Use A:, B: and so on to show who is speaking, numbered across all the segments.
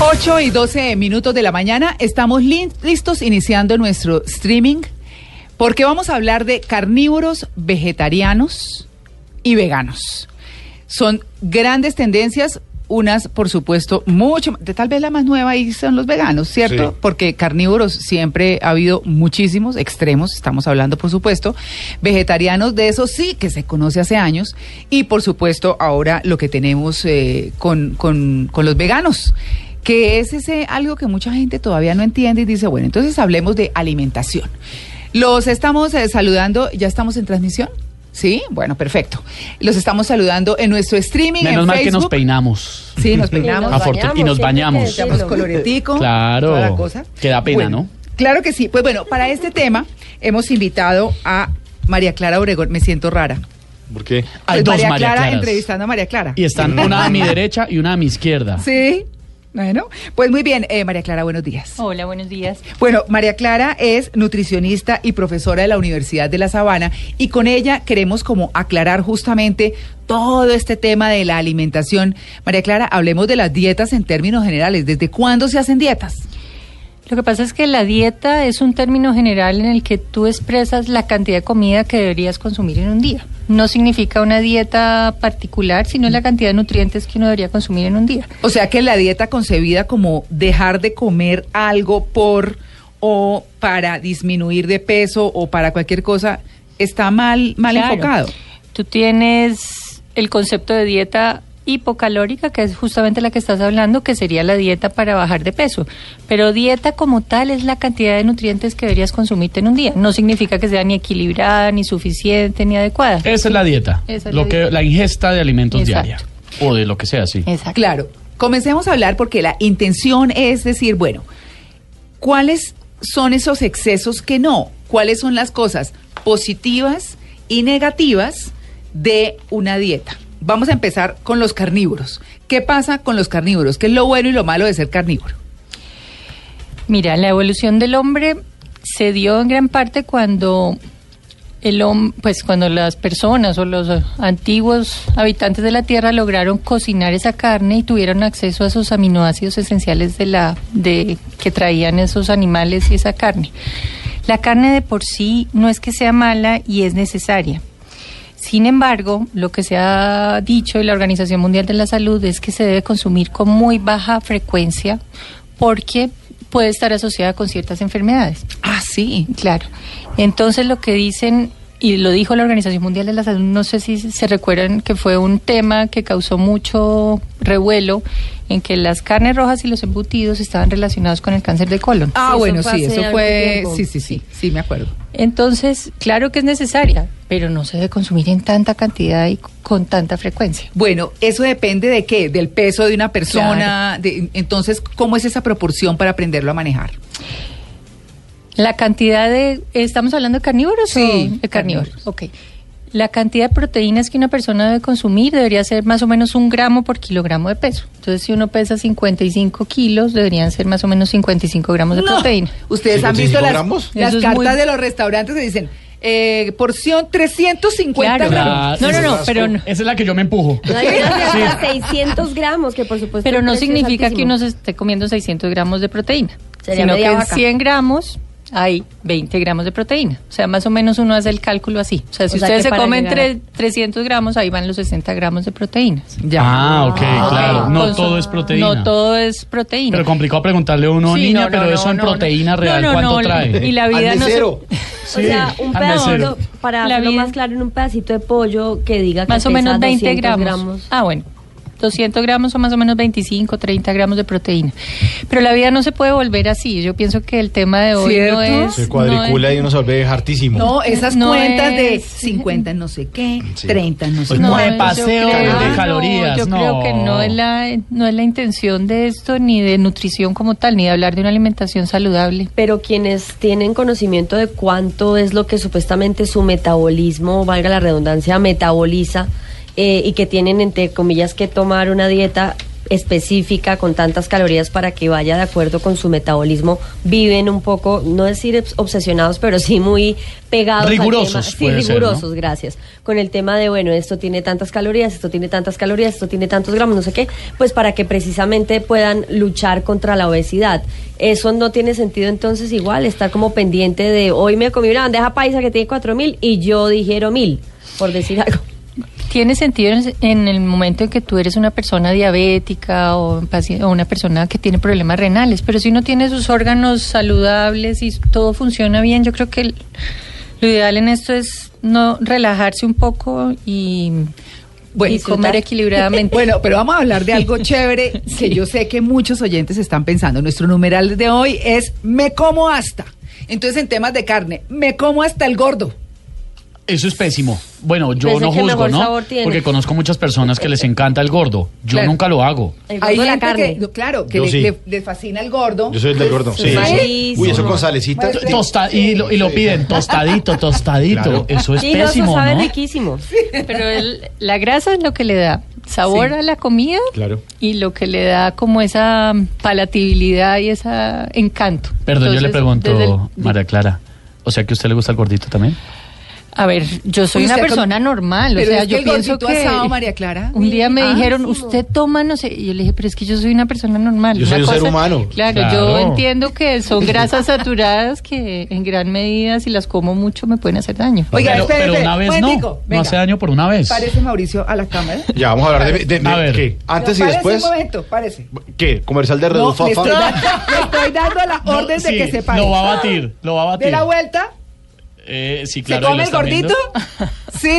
A: 8 y 12 minutos de la mañana, estamos lin- listos iniciando nuestro streaming porque vamos a hablar de carnívoros, vegetarianos y veganos. Son grandes tendencias, unas por supuesto mucho, de- tal vez la más nueva ahí son los veganos, ¿cierto?
B: Sí.
A: Porque carnívoros siempre ha habido muchísimos extremos, estamos hablando por supuesto, vegetarianos de eso sí que se conoce hace años y por supuesto ahora lo que tenemos eh, con, con- con los veganos que es ese algo que mucha gente todavía no entiende y dice, bueno, entonces hablemos de alimentación. Los estamos eh, saludando, ¿ya estamos en transmisión? Sí, bueno, perfecto. Los estamos saludando en nuestro streaming
C: Menos
A: en
C: mal que nos
A: Facebook.
C: peinamos.
A: Sí, nos peinamos.
C: Afortun- y nos bañamos.
A: Estamos coloretico.
C: Claro.
A: toda la cosa.
C: Que da pena,
A: Bueno,
C: ¿no?
A: Claro que sí. Pues bueno, para este tema hemos invitado a María Clara Obregón. Me siento rara.
B: ¿Por qué?
A: Pues
C: Hay dos
A: María
C: María
A: Clara
C: Claras.
A: entrevistando a María Clara.
C: Y están una a mi derecha y una a mi izquierda.
A: Sí. Bueno, pues muy bien. Eh, María Clara, buenos días.
D: Hola, buenos días.
A: Bueno, María Clara es nutricionista y profesora de la Universidad de La Sabana y con ella queremos como aclarar justamente todo este tema de la alimentación. María Clara, hablemos de las dietas en términos generales. ¿Desde cuándo se hacen dietas?
D: Lo que pasa es que la dieta es un término general en el que tú expresas la cantidad de comida que deberías consumir en un día. No significa una dieta particular, sino la cantidad de nutrientes que uno debería consumir en un día.
A: O sea que la dieta concebida como dejar de comer algo por o para disminuir de peso o para cualquier cosa está mal, mal
D: Claro.
A: enfocado.
D: Tú tienes el concepto de dieta hipocalórica, que es justamente la que estás hablando, que sería la dieta para bajar de peso. Pero dieta como tal es la cantidad de nutrientes que deberías consumirte en un día. No significa que sea ni equilibrada, ni suficiente, ni adecuada.
A: Eh,
C: Esa es la dieta.
D: Esa es
C: lo
D: la
C: que,
D: dieta.
C: la ingesta de alimentos
D: Exacto.
C: diaria. O de lo que sea, sí.
D: Exacto.
A: Claro, comencemos a hablar porque la intención es decir, bueno, ¿cuáles son esos excesos que no? ¿Cuáles son las cosas positivas y negativas de una dieta? Vamos a empezar con los carnívoros. ¿Qué pasa con los carnívoros? ¿Qué es lo bueno y lo malo de ser carnívoro?
D: Mira, la evolución del hombre se dio en gran parte cuando el hom- pues cuando las personas o los eh, antiguos habitantes de la Tierra lograron cocinar esa carne y tuvieron acceso a esos aminoácidos esenciales de la de que traían esos animales y esa carne. La carne de por sí no es que sea mala y es necesaria. Sin embargo, lo que se ha dicho y la Organización Mundial de la Salud es que se debe consumir con muy baja frecuencia porque puede estar asociada con ciertas enfermedades.
A: Ah, sí.
D: Claro. Entonces lo que dicen, y lo dijo la Organización Mundial de la Salud, no sé si se recuerdan que fue un tema que causó mucho revuelo en que las carnes rojas y los embutidos estaban relacionados con el cáncer de colon.
A: Ah,
D: Eso
A: bueno,
D: fue
A: sí,
D: hace
A: eso
D: algún
A: fue...
D: tiempo.
A: Sí, sí, sí, sí, me acuerdo.
D: Entonces, claro que es necesaria, pero no se debe consumir en tanta cantidad y con tanta frecuencia.
A: Bueno, eso depende de qué, del peso de una persona. de- entonces, ¿cómo es esa proporción para aprenderlo a manejar?
D: La cantidad de... ¿Estamos hablando de carnívoros?
A: Sí,
D: o de carnívoros.
A: carnívoros.
D: Ok. La cantidad de proteínas que una persona debe consumir debería ser más o menos un gramo por kilogramo de peso. Entonces, si uno pesa 55 kilos, deberían ser más o menos 55 gramos de
A: No.
D: proteína.
A: Ustedes han
B: 55
A: visto las,
B: gramos?
A: las
D: Eso es
A: cartas
D: muy-
A: de los restaurantes que dicen eh, porción 350
D: Claro.
A: gramos.
D: No, no, no,
B: Rasco.
D: pero no.
C: Esa es la que yo me empujo.
E: No, yo creo que hasta 600 gramos, que por supuesto.
D: Pero
E: Pues el
D: no
E: precio es
D: significa que
E: altísimo.
D: uno se esté comiendo 600 gramos de proteína,
E: Sería
D: sino que
E: media
D: en
E: vaca.
D: 100 gramos hay 20 gramos de proteína. O sea, más o menos uno hace el cálculo así. O sea, si
E: O sea, que
D: ustedes se
E: para
D: comen
E: llegar
D: tre- 300 gramos, ahí van los 60 gramos de proteínas.
A: Ya.
C: Ah, ok,
D: Ok,
C: claro. No
D: entonces,
C: todo es proteína.
D: No todo es proteína.
C: Pero complicado preguntarle a uno,
D: Sí,
C: niña,
D: no, no,
C: pero
D: no,
C: eso en
D: no, no.
C: proteína real,
D: No, no,
C: ¿cuánto
D: no,
C: trae?
D: Y la vida
B: Al
D: no se,
B: mesero.
E: O sea, un
C: al mesero.
E: pedacito, para
D: La
E: hacerlo
D: vida-
E: más claro, en un pedacito de pollo que diga que
D: más o
E: pesa
D: menos 20
E: 200
D: gramos.
E: gramos.
D: Ah, bueno. 200 gramos son más o menos 25, 30 gramos de proteína. Pero la vida no se puede volver así. Yo pienso que el tema de hoy
A: ¿Cierto?
D: no es...
B: Se cuadricula
D: no es-
B: y uno se vuelve hartísimo.
A: No, esas
D: No
A: cuentas de
D: es-
A: 50 no sé qué,
B: Sí.
A: 30 no sé
C: Oye,
A: qué.
B: pues
C: No, de
D: yo
C: paseo,
B: de
C: calorías,
D: yo
C: no.
D: creo que no es, la, no es la intención de esto, ni de nutrición como tal, ni de hablar de una alimentación saludable.
E: Pero quienes tienen conocimiento de cuánto es lo que supuestamente su metabolismo, valga la redundancia, metaboliza eh, y que tienen, entre comillas, que tomar una dieta específica con tantas calorías para que vaya de acuerdo con su metabolismo, viven un poco, no decir obs- obsesionados, pero sí muy pegados. al
C: Rigurosos,
E: tema.
C: puede
E: Sí,
C: ser,
E: rigurosos,
C: ¿no?
E: gracias. Con el tema de, bueno, esto tiene tantas calorías, esto tiene tantas calorías, esto tiene tantos gramos, no sé qué, pues para que precisamente puedan luchar contra la obesidad. Eso no tiene sentido entonces igual, estar como pendiente de, hoy me comí una bandeja paisa que tiene cuatro mil y yo dijeron mil, por decir algo.
D: Tiene sentido en el, en el momento en que tú eres una persona diabética o, un paci- o una persona que tiene problemas renales, pero si no tiene sus órganos saludables y todo funciona bien, yo creo que el- lo ideal en esto es no relajarse un poco y,
A: Bueno,
D: y comer
A: disfrutar.
D: equilibradamente.
A: Bueno, pero vamos a hablar de algo chévere que yo sé que muchos oyentes están pensando. Nuestro numeral de hoy es me como hasta. Entonces, en temas de carne, me como hasta el gordo.
C: Eso es pésimo. Bueno, yo
E: Pues es
C: no
E: que
C: juzgo,
E: mejor
C: ¿no?
E: sabor tiene.
C: Porque conozco muchas personas que les encanta el gordo. Yo
A: Claro.
C: nunca lo hago.
E: El gordo de la
A: gente
E: carne.
A: que, claro, que
B: Yo
A: le,
B: sí.
A: le- le fascina el gordo.
B: Yo soy el del gordo. Sí.
E: ¿Sí?
B: Uy, eso con salecita.
A: Bueno,
C: Tosta- y, lo, y lo piden tostadito, tostadito.
B: Claro.
C: Eso es
E: Sí, no, eso
C: pues pésimo,
E: sabe
C: ¿no?
E: riquísimo.
D: Pero el- la grasa es lo que le da sabor
A: Sí.
D: a la comida
B: Claro.
D: y lo que le da como esa palatibilidad y ese encanto.
C: Perdón, yo le
D: Entonces,
C: pregunto,
D: desde el-
C: María Clara. O sea, que a usted le gusta el gordito también.
D: A ver, yo soy
A: Uy,
D: una
A: usted con-
D: persona normal, o
A: Pero
D: sea,
A: es que
D: yo
A: el
D: pienso
A: gordito
D: que
A: asado, María Clara.
D: Un día me
A: Ah,
D: dijeron,
A: sí,
D: usted toma, no sé, y yo le dije, pero es que yo soy una persona normal.
B: Yo soy
D: Una
B: un ser humano.
D: Claro,
C: Claro.
D: yo entiendo que son grasas saturadas que en gran medida si las como mucho me pueden hacer daño.
A: Oiga,
C: pero,
A: espere,
C: pero
A: espere,
C: una vez
A: momentico,
C: no.
A: venga.
C: No hace daño por una vez.
A: Parece Mauricio a la cámara.
B: Ya, vamos a hablar de. de- de-
C: A ver.
B: ¿Qué? Antes
A: No,
B: y
A: parece
B: después.
A: Un momento, parece.
B: ¿Qué? Comercial de
A: No,
B: Redu
A: le, estoy
B: Fafa.
A: dando, le estoy dando la
C: No,
A: orden
C: sí,
A: de que se pare. Ah,
C: Lo va a batir, lo va a batir.
A: De la vuelta,
C: Eh, sí,
A: se
C: claro. ahí
A: come
C: lo
A: el
C: están
A: gordito.
C: viendo.
A: Sí.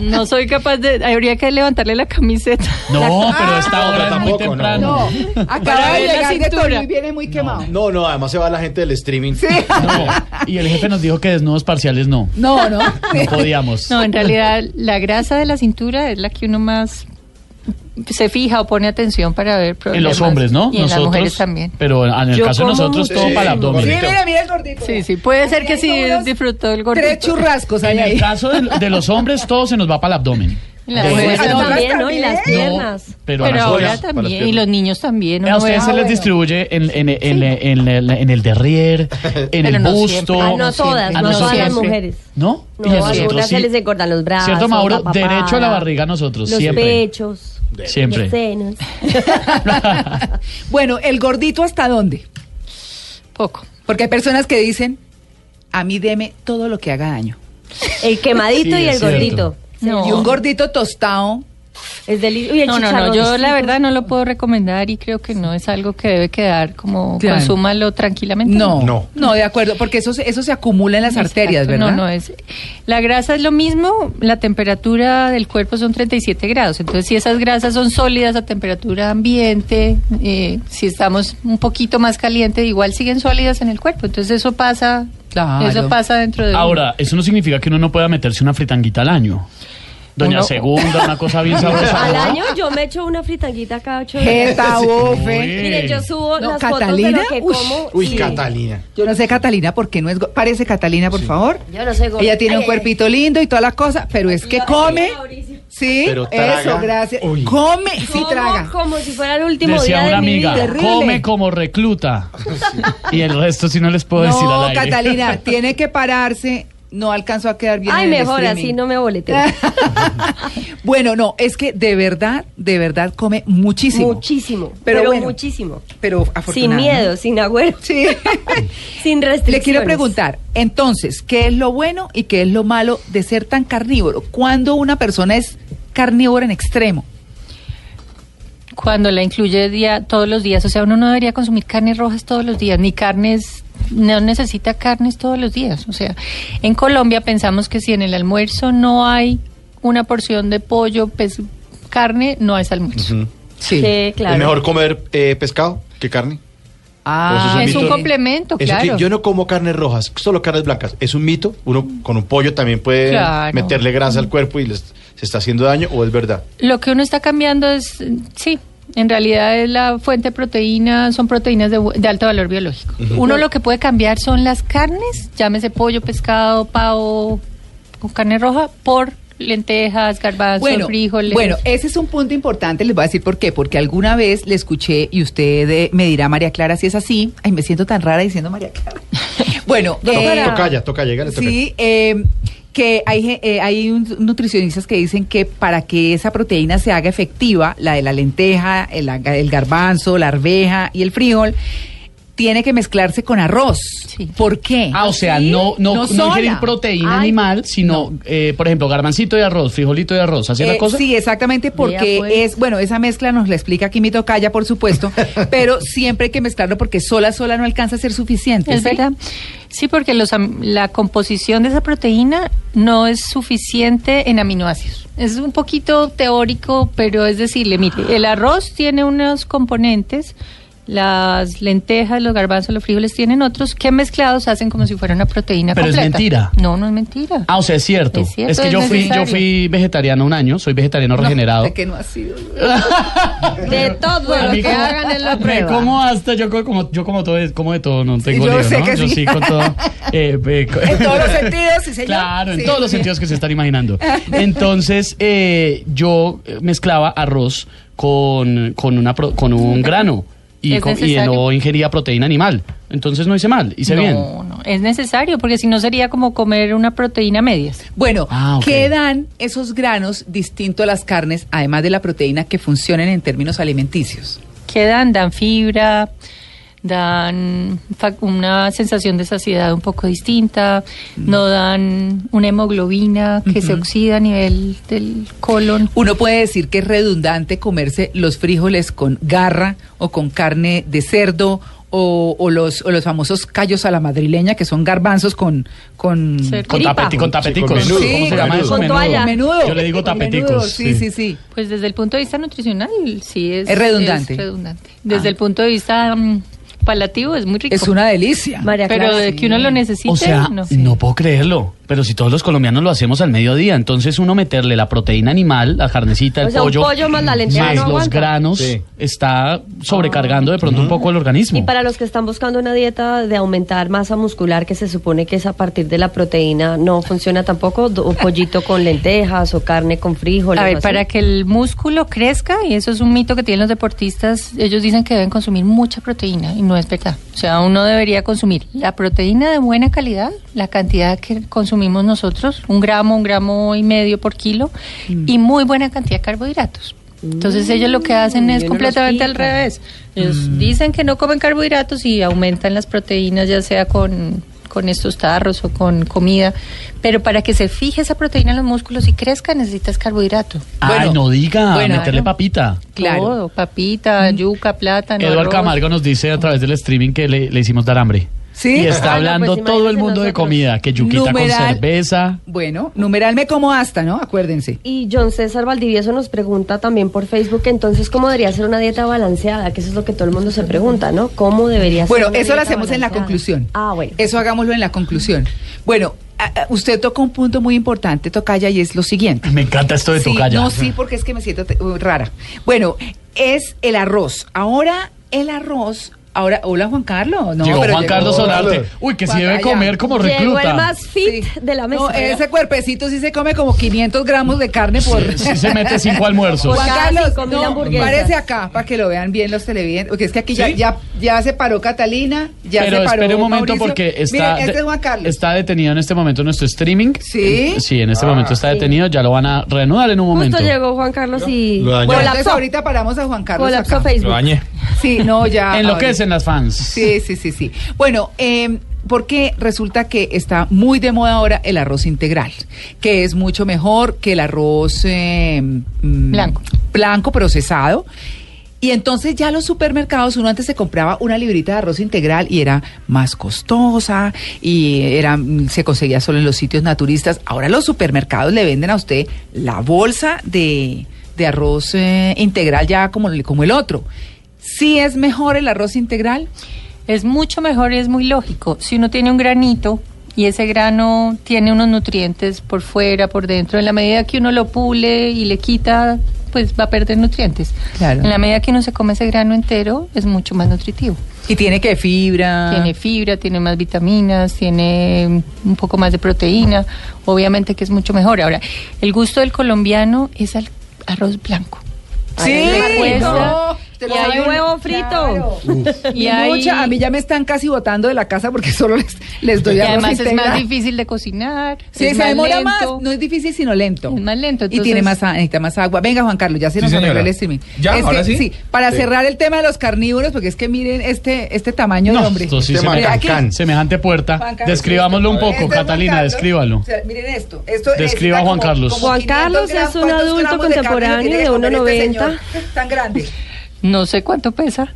D: No soy capaz de, habría que levantarle la camiseta.
C: No, pero esta
B: No,
C: hora es muy
B: tampoco, no.
C: temprano.
A: Ah, No,
D: Para
A: acaba de
D: ver la
A: llegar de
D: cintura.
A: Tolú y viene muy quemado.
B: No, no, además se va la gente del streaming.
A: Sí.
C: No. Y el jefe nos dijo que desnudos parciales no.
A: No, no.
C: No podíamos.
D: No, en realidad la grasa de la cintura es la que uno más se fija o pone atención para ver
C: En
D: problemas.
C: los hombres, ¿no?
D: Y en las mujeres también.
C: Pero en el
E: Yo
C: caso de
E: como
C: nosotros, todo
B: mucho.
C: para el
A: Sí,
C: abdomen.
A: mira, mira el gordito.
D: Sí, sí, puede ser que sí
A: Hay como unos
D: disfrutó el gordito.
A: Tres churrascos hay
C: En el
A: ahí.
C: caso de, de los hombres, todo se nos va para el abdomen.
D: Y las
C: Sí.
D: mujeres
A: Ah, no,
D: también.
E: también, ¿no? Y las
C: Pues No,
E: piernas.
C: pero, a
D: Pero
C: las
D: ahora
C: otras-
B: para las
D: también,
B: piernas.
D: y los niños también. uno
C: A ustedes
D: ve-
C: se
A: Ah,
C: les
A: bueno.
C: distribuye en, en- en- en- en- en- en el derrier, en
D: Pero
C: el
D: no
C: busto.
E: Ah, no todas,
C: A
E: no todas las
C: nosotros-
E: mujeres.
C: ¿No?
E: No, algunas se les engordan los brazos.
C: ¿Cierto, Mauro?
E: la papada,
C: Derecho a la barriga a nosotros,
E: Los
C: siempre.
E: pechos.
C: Siempre.
E: Los senos.
A: Bueno, el gordito hasta dónde?
D: Poco.
A: Porque hay personas que dicen, a mí deme todo lo que haga daño.
E: El quemadito
C: Sí,
E: y
C: es
E: el
C: cierto.
E: gordito.
D: No.
A: Y un gordito tostado.
E: Es delicioso. Uy, el
D: No, no, no, yo la verdad no lo puedo recomendar y creo que no es algo que debe quedar como
A: Claro.
D: consúmalo tranquilamente.
A: No,
B: No.
A: no, de acuerdo, porque eso, se- eso se acumula en las
D: Exacto,
A: arterias, ¿verdad?
D: No, no es. La grasa es lo mismo, la temperatura del cuerpo son 37 grados. Entonces, si esas grasas son sólidas a temperatura ambiente, eh, si estamos un poquito más caliente, igual siguen sólidas en el cuerpo. Entonces, eso pasa.
A: Claro.
D: Eso pasa dentro de. uno.
C: Ahora, eso no significa que uno no pueda meterse una fritanguita al año. Doña
D: Uno-
C: Segunda, una cosa bien sabrosa.
E: Al
C: ¿no?
E: año yo me echo una fritanguita cada ocho días.
A: Jeta,
C: Uy.
A: bofe.
E: Mire, yo subo
A: No,
E: las
A: Catalina,
E: fotos de lo que
A: uy.
E: como.
B: Uy,
E: y-
B: Catalina.
A: Yo no sé, Catalina, ¿por qué no es... go- Parece Catalina, por favor.
E: Yo no sé gorda.
A: Ella tiene
E: Ay,
A: un
E: ay,
A: cuerpito lindo y toda la cosa, pero es que
E: Lo-
A: come.
E: Mauricio.
A: Sí,
B: Pero traga.
A: eso, gracias.
B: Uy.
A: Come,
E: ay.
A: sí
E: Como-
A: traga.
E: Como si fuera el último
C: Decía
E: día
C: una
E: de mi
C: amiga,
E: vida.
A: Terrible.
C: come como recluta. Y el resto si no les puedo decir al
A: No,
C: aire.
A: Catalina, tiene que pararse. No alcanzó a quedar bien.
E: Ay,
A: en el
E: mejor
A: streaming.
E: así no me boleteo.
A: Bueno, no, es que de verdad, de verdad come muchísimo.
E: Muchísimo.
A: Pero
E: Pero,
A: bueno.
E: muchísimo.
A: Pero
E: Sin
A: afortunadamente.
E: miedo, sin agüero.
A: Sí.
E: sin restricciones.
A: Le quiero preguntar, entonces, ¿qué es lo bueno y qué es lo malo de ser tan carnívoro? ¿Cuándo una persona es carnívora en extremo?
D: Cuando la incluye día- todos los días, o sea, uno no debería consumir carnes rojas todos los días, ni carnes, no necesita carnes todos los días. O sea, en Colombia pensamos que si en el almuerzo no hay una porción de pollo, pues, carne no es almuerzo.
A: Sí.
E: Sí, claro.
B: Es mejor comer eh, pescado que carne. Pues
A: Ah,
B: eso
D: es un
B: mito.
D: complemento,
B: Eso que
D: claro.
B: yo no como carnes rojas, solo carnes blancas. Es un mito. Uno con un pollo también puede
D: Claro.
B: meterle grasa al cuerpo y les, se está haciendo daño o es verdad.
D: Lo que uno está cambiando es, eh, sí, en realidad es la fuente de proteína, son proteínas de, bu- de alto valor biológico. Uno lo que puede cambiar son las carnes, llámese pollo, pescado, pavo, con carne roja, por lentejas, garbanzos, frijoles.
A: Bueno, ese es un punto importante, les voy a decir por qué, porque alguna vez le escuché y usted eh, me dirá, María Clara, si es así. Ay, me siento tan rara diciendo María Clara. bueno,
B: To-
A: eh,
B: Tocaya, tocaya, llegale, tocaya.
A: Sí, eh, que hay, ge- eh, hay un- nutricionistas que dicen que para que esa proteína se haga efectiva, la de la lenteja, el, aga- el garbanzo, la arveja y el frijol, tiene que mezclarse con arroz.
D: Sí.
A: ¿Por qué?
C: Ah, o sea,
A: ¿Sí?
C: no, no, no,
A: sola.
C: ingerir proteína
A: Ay,
C: animal, sino, eh, por ejemplo, garbancito y arroz, frijolito y arroz. ¿Así es la
A: Eh,
C: cosa?
A: Sí, exactamente, porque
D: Vea, pues.
A: es, bueno, esa mezcla nos la explica aquí mi tocaya, por supuesto, pero siempre hay que mezclarlo porque sola, sola no alcanza a ser suficiente.
D: Es
A: ¿sí?
D: verdad. Sí, porque los am- la composición de esa proteína no es suficiente en aminoácidos. Es un poquito teórico, pero es decirle, mire, el arroz tiene unos componentes, las lentejas, los garbanzos, los frijoles tienen otros que mezclados hacen como si fuera una proteína
C: Pero es
D: completa.
C: mentira.
D: No, no es mentira.
C: Ah, o sea, es cierto.
D: Es cierto,
C: que
D: es
C: yo fui, yo
D: necesario.
C: fui vegetariano un año, soy vegetariano regenerado.
A: De que no ha sido.
E: De todo
C: A
E: lo
C: mí
E: que
C: como-
E: hagan en la
C: me
E: prueba.
C: como hasta, yo co- como, yo como todo, como de todo, no tengo
A: yo
C: lío,
A: sé
C: ¿no?
A: que
C: yo
A: sí.
C: sí con todo. eh, eh, co-
A: En todos los sentidos, sí, señor.
C: Claro, en
A: Sí.
C: todos los sentidos que se están imaginando. Entonces, eh, yo eh, mezclaba arroz con, con, una pro- con un grano y,
D: Es
C: con- y
D: necesario.
C: no ingería proteína animal. Entonces no hice mal, hice
D: no,
C: bien.
D: no, es necesario, porque si no sería como comer una proteína a medias.
A: Bueno,
C: Ah, ok.
A: ¿qué dan esos granos distinto a las carnes, además de la proteína, que funcionen en términos alimenticios?
D: que dan, dan fibra, dan fa- una sensación de saciedad un poco distinta, no dan una hemoglobina que se oxida a nivel del colon.
A: Uno puede decir que es redundante comerse los frijoles con garra o con carne de cerdo o, o los, o los famosos callos a la madrileña, que son garbanzos con... con
D: Cerdo.
C: Con,
D: Tripa.
C: tapeti- con tapeticos.
B: Sí, con
C: ¿Cómo
B: menudo,
C: se
B: con
C: llama
B: menudo.
C: eso?
B: Con
C: Menudo.
E: toalla.
A: Menudo,
C: Yo le digo
A: con menudo,
C: tapeticos.
A: Sí, sí, sí.
D: Pues desde el punto de vista nutricional, sí es,
A: Es redundante.
D: es redundante. Desde
A: Ah.
D: el punto de vista mm, palativo es muy rico.
A: Es una delicia.
E: María
D: pero
E: Clara,
D: de
E: sí.
D: que uno lo necesite,
C: O sea,
D: no.
C: no, puedo creerlo. Pero si todos los colombianos lo hacemos al mediodía, entonces uno meterle la proteína animal, la carnecita, el
E: O sea, un
C: pollo,
E: pollo más la lenteja
C: más
E: no
C: los
E: aguanta.
C: granos,
B: Sí.
C: está sobrecargando de pronto un poco el organismo.
E: Y para los que están buscando una dieta de aumentar masa muscular, que se supone que es a partir de la proteína, no funciona tampoco, do- o pollito con lentejas o carne con frijoles.
D: A
E: o
D: ver,
E: así.
D: para que el músculo crezca, y eso es un mito que tienen los deportistas, ellos dicen que deben consumir mucha proteína, y no es verdad. O sea, uno debería consumir la proteína de buena calidad, la cantidad que consumimos nosotros, un gramo, un gramo y medio por kilo,
E: Mm.
D: y muy buena cantidad de carbohidratos. Entonces ellos lo que hacen es
E: Mm, ellos no los
D: completamente al
E: pican.
D: revés. Ellos dicen que no comen carbohidratos y aumentan las proteínas, ya sea con, con estos tarros o con comida. Pero para que se fije esa proteína en los músculos y crezca, necesitas carbohidrato.
C: Ay,
A: Bueno,
C: no diga,
A: bueno,
C: meterle
D: claro.
C: papita.
A: Claro.
D: Todo, papita, yuca, plátano.
C: Eduardo
D: arroz.
C: Camargo nos dice a través del streaming que le, le hicimos dar hambre.
A: ¿Sí?
C: Y
E: Ah,
C: está
E: no,
C: hablando
E: pues
C: todo el
E: imagínense
C: mundo de
E: nosotros.
C: comida, que yuquita con
A: Numeral.
C: cerveza.
A: Bueno, numeral me como hasta, ¿no? Acuérdense.
E: Y John César Valdivieso nos pregunta también por Facebook, entonces, ¿cómo debería ser una dieta balanceada? Que eso es lo que todo el mundo se pregunta, ¿no? ¿Cómo debería ser
A: Bueno,
E: una
A: eso lo
E: dieta
A: hacemos en la
E: balanceada?
A: conclusión.
E: Ah, bueno.
A: Eso hagámoslo en la conclusión. Bueno, a- a- usted toca un punto muy importante, Tocaya, y es lo siguiente.
C: Me encanta esto de
A: Sí,
C: tocaya.
A: No, sí, porque es que me siento te- uh, rara. Bueno, es el arroz. Ahora, el arroz. Ahora, hola Juan Carlos. No,
C: Llegó
A: pero
C: Juan
A: llegó-
C: Carlos Solarte.
B: Hola.
C: Uy, que si
A: Juan
C: debe
A: Carlos.
C: comer como recluta.
E: Llegó el más
A: Sí.
E: fit de la mesa.
A: No, ese cuerpecito sí se come como 500 gramos de carne por.
C: Sí, sí se mete cinco almuerzos.
E: Por
A: Juan
E: cada
A: Carlos,
E: cinco mil
A: no,
E: hamburguesas.
A: párese acá para que lo vean bien los televidentes, porque es que aquí ya, ya, ya se paró Catalina, ya
C: Pero
A: se paró
C: espere un momento
A: Mauricio.
C: porque está,
A: Miren, este es Juan Carlos.
C: está detenido en este momento nuestro streaming.
A: Sí.
C: Sí, en
F: Ah,
C: este momento está detenido. Ya lo van a reanudar en un momento.
E: Justo llegó Juan Carlos y
B: Lo dañó.
A: Bueno, entonces
E: colapsó,
A: ahorita paramos a Juan Carlos
E: colapsó
A: acá.
B: Lo
E: Facebook.
B: dañé.
A: Sí, no, ya.
C: Enloquecen las fans.
A: Sí, sí, sí, sí. Bueno, eh, porque resulta que está muy de moda ahora el arroz integral, que es mucho mejor que el arroz eh, mm,
D: Blanco.
A: blanco procesado. Y entonces ya los supermercados, uno antes se compraba una librita de arroz integral y era más costosa y era, mm, se conseguía solo en los sitios naturistas. Ahora los supermercados le venden a usted la bolsa de, de arroz eh, integral ya como, el- como el otro. ¿Sí es mejor el arroz integral?
D: Es mucho mejor y es muy lógico. Si uno tiene un granito y ese grano tiene unos nutrientes por fuera, por dentro, en la medida que uno lo pule y le quita, pues va a perder nutrientes.
A: Claro.
D: En la medida que uno se come ese grano entero, es mucho más nutritivo.
A: Y tiene que fibra.
D: Tiene fibra, tiene más vitaminas, tiene un poco más de proteína. Obviamente que es mucho mejor. Ahora, el gusto del colombiano es al arroz blanco.
A: Sí,
D: Ay,
A: pues, no,
D: te lo Y hay sabe un-
E: huevo frito.
A: Claro.
D: Y
A: Y
D: hay-
A: mucha- a mí ya me están casi botando de la casa porque solo les, les doy
D: Y
A: arroz
D: además es
A: integral.
D: más difícil de cocinar.
A: Sí,
D: es
A: se
D: más
A: demora
D: lento.
A: más. No es difícil, sino lento.
D: Es más lento,
A: Y tiene
D: entonces-
A: más, a- necesita más agua. Venga, Juan Carlos, ya se
F: Sí,
A: nos arregló
F: señora.
A: el streaming.
F: ¿Ya?
A: Es
F: ¿Ahora
A: que-
F: sí?
A: para
B: Sí.
A: cerrar el tema de los carnívoros, porque es que miren este, este tamaño de
C: No,
A: hombre.
C: esto sí
B: Este
C: se
A: Mira,
B: man-
A: aquí,
B: cancán.
C: Semejante puerta.
A: Juan Carlos,
C: Describámoslo un
A: esto es
C: poco,
A: Juan
C: Catalina,
A: Carlos.
C: descríbalo.
A: O sea, miren esto. esto
C: Describa
A: está
C: a Juan
A: como-
C: Carlos.
A: como
E: Juan
A: 500
E: Carlos
A: gramos.
E: es un
A: ¿Cuántos
E: adulto
A: gramos de carne
E: contemporáneo
A: tiene que
E: de
A: comer este
E: 1,90?
A: señor? Tan grande.
D: No sé cuánto pesa.